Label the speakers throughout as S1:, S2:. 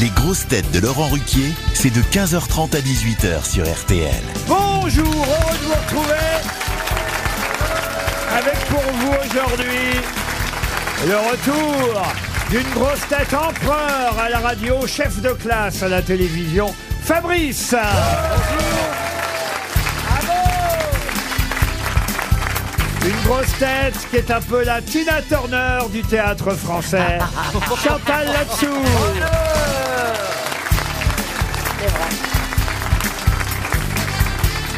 S1: Les grosses têtes de Laurent Ruquier, c'est de 15h30 à 18h sur RTL.
S2: Bonjour, heureux de vous retrouver avec pour vous aujourd'hui le retour d'une grosse tête empereur à la radio, chef de classe à la télévision, Fabrice. Une grosse tête qui est un peu la Tina Turner du théâtre français, Chantal Latsou.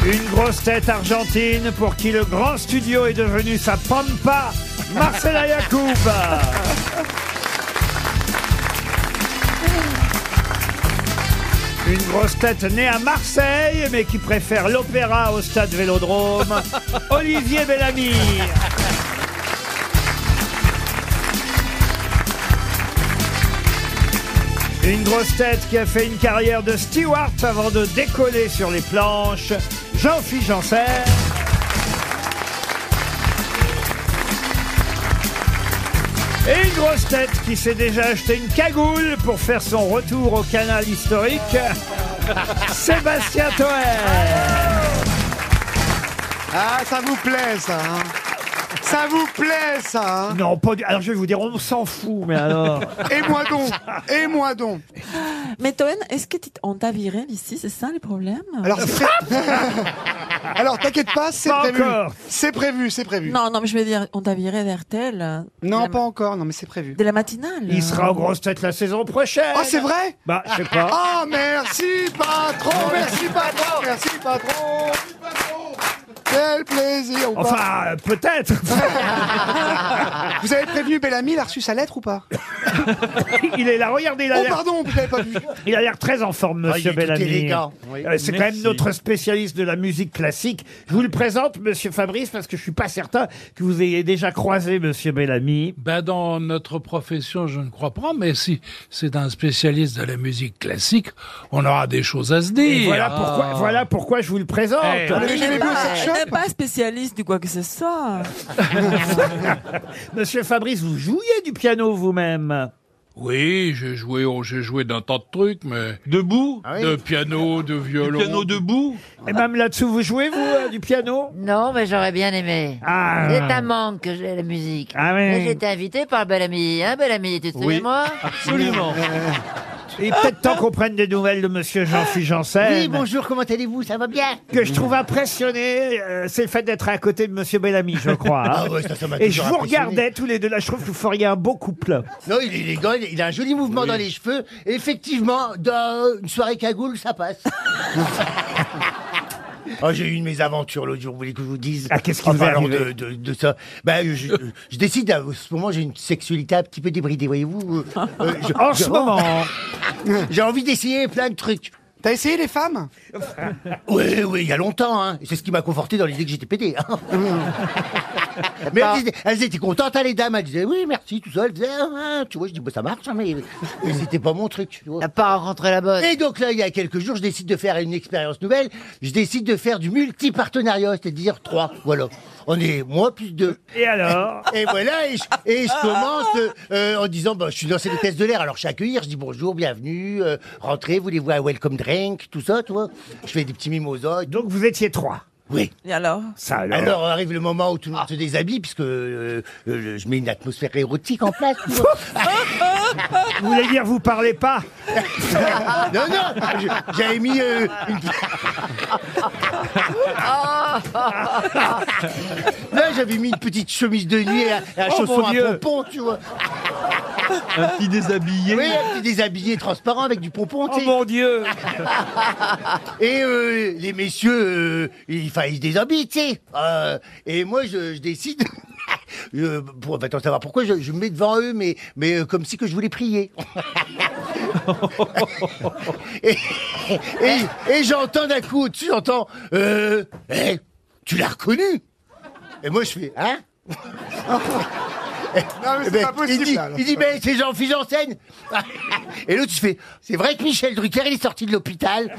S2: Une grosse tête argentine pour qui le grand studio est devenu sa pampa, Marcela Yacoub. Une grosse tête née à Marseille, mais qui préfère l'opéra au stade Vélodrome, Olivier Bellamy. Une grosse tête qui a fait une carrière de steward avant de décoller sur les planches, Jean-Philippe Janssen. Et une grosse tête qui s'est déjà acheté une cagoule pour faire son retour au canal historique, Sébastien Toer.
S3: Ah, ça vous plaît, ça, hein Ça vous plaît, ça, hein
S2: Non, pas du... Alors je vais vous dire, on s'en fout, mais alors...
S3: Et moi donc Et moi donc
S4: Mais Toen, est-ce que tu- on t'a viré d'ici C'est ça le problème
S3: Alors, c'est pré- Alors, t'inquiète pas, c'est
S2: Pas
S3: prévu.
S2: encore.
S3: C'est prévu, c'est prévu.
S4: Non, non, mais je veux dire, on t'a viré d'RTL. euh,
S3: Non,
S4: de la-
S3: pas encore, non, mais c'est prévu.
S4: De la matinale.
S2: Il sera en grosse tête la saison prochaine.
S3: Oh, c'est vrai
S2: Bah, je sais pas.
S3: Oh, merci, patron Merci, patron Merci, patron Quel plaisir ou pas
S2: Enfin, euh, peut-être.
S3: Vous avez prévenu Bellamy, il a reçu sa lettre ou pas
S2: il est là. Regardez, il a
S3: Oh,
S2: l'air-
S3: pardon, vous l'avez pas vu
S2: il a l'air très en forme, monsieur Bellamy. Euh, C'est quand même notre spécialiste de la musique classique. Je vous le présente, monsieur Fabrice, parce que je suis pas certain que vous ayez déjà croisé monsieur Bellamy.
S5: Ben dans notre profession, je ne crois pas, mais si c'est un spécialiste de la musique classique, on aura des choses à se
S2: Et
S5: dire.
S2: voilà pourquoi, voilà pourquoi je vous le présente.
S5: Eh,
S3: Vous l'avez
S4: Il
S3: jamais
S4: n'est
S3: vu au
S4: pas,
S3: sex
S4: il n'est
S3: shop
S4: pas spécialiste du quoi que ce soit.
S2: Monsieur Fabrice, vous jouiez du piano vous-même.
S5: Oui, j'ai joué, au- j'ai joué d'un tas de trucs, mais
S6: Debout
S5: de piano, de violon.
S6: Piano debout
S2: Et même là-dessous, vous jouez, vous, euh, du piano
S7: Non, mais j'aurais bien aimé.
S2: Ah.
S7: C'est un manque que j'ai la musique.
S2: Ah oui.
S7: Mais J'ai été invité par le bel ami, hein, bel ami, tu te souviens de moi
S2: Ah.
S6: Absolument.
S2: Il est peut-être temps qu'on prenne des nouvelles de monsieur Jean-Philippe Janssen.
S8: Oui, bonjour, comment allez-vous Ça va bien
S2: que je trouve impressionné, euh, c'est le fait d'être à côté de Monsieur Bellamy, je crois. hein.
S8: Ah, ouais, ça, ça m'a
S2: Et je
S8: toujours
S2: vous
S8: impressionné.
S2: regardais tous les deux là, je trouve que vous feriez un beau couple.
S8: Non, il est élégant, il il a un joli mouvement dans les cheveux. Et effectivement, dans une soirée cagoule, ça passe. Oh, j'ai eu une mésaventure l'autre jour, vous voulez que je vous dise
S2: Ah, qu'est-ce qui vous est
S8: En parlant
S2: arrivé
S8: de, de- de ça. Bah, je, je- je décide, à ce moment, j'ai une sexualité un petit peu débridée, voyez-vous. Euh, euh, je-
S2: En ce
S8: je-
S2: moment,
S8: J'ai envie d'essayer plein de trucs.
S3: T'as essayé les femmes
S8: Oui, oui, il y a longtemps, hein. C'est ce qui m'a conforté dans l'idée que j'étais pédé. hein. mais elles, disaient- elles étaient contentes, hein, les dames. Elles disaient oui, merci, tout ça. Elles disaient, ah, ah, tu vois, je dis, bah, ça marche, hein, mais, mais c'était pas mon truc. tu vois.
S7: T'as pas rencontré la bonne.
S8: Et donc là, il y a quelques jours, je décide de faire une expérience nouvelle. Je décide de faire du multipartenariat, c'est-à-dire trois. Voilà. On est moi plus deux.
S2: et alors
S8: Et voilà, et je, et je commence euh, euh, en disant, bah, je suis dans les tests de l'air, alors je suis accueillir, je dis bonjour, bienvenue, euh, rentrez, voulez-vous un welcome drink, tout ça, tu vois. Je fais des petits mimosas. et tout.
S2: Donc vous étiez trois.
S8: Oui.
S4: Et alors
S2: Ça alors. euh,
S8: Alors arrive le moment où tout le monde se déshabille, puisque euh, euh, je mets une atmosphère érotique en place. tu vois.
S2: Vous voulez dire vous parlez pas
S8: non, non, je- j'avais mis euh, une... Là, j'avais mis une petite chemise de nuit et un, et un
S2: Oh,
S8: chausson
S2: mon
S8: à
S2: Dieu.
S8: pompon, tu vois.
S6: Un petit déshabillé.
S8: Oui, un petit déshabillé transparent avec du pompon,
S2: Oh
S8: tu sais.
S2: mon Dieu
S8: Et euh, les messieurs, euh, ils, enfin, ils se déshabillent, tu sais. Euh, et moi, je, je décide... Je, pour, attends, savoir pourquoi je, je me mets devant eux, mais, mais euh, comme si que je voulais prier. et et, et j'entends d'un coup au-dessus, j'entends euh, Hey, tu l'as reconnu Et moi, je fais Hein
S3: Non, Ah, mais
S8: Eh
S3: c'est
S8: ben,
S3: pas possible,
S8: il dit,
S3: là, alors.
S8: il dit, mais c'est Jean-Philippe Janssen Et l'autre, tu fais, c'est vrai que Michel Drucker, il est sorti de l'hôpital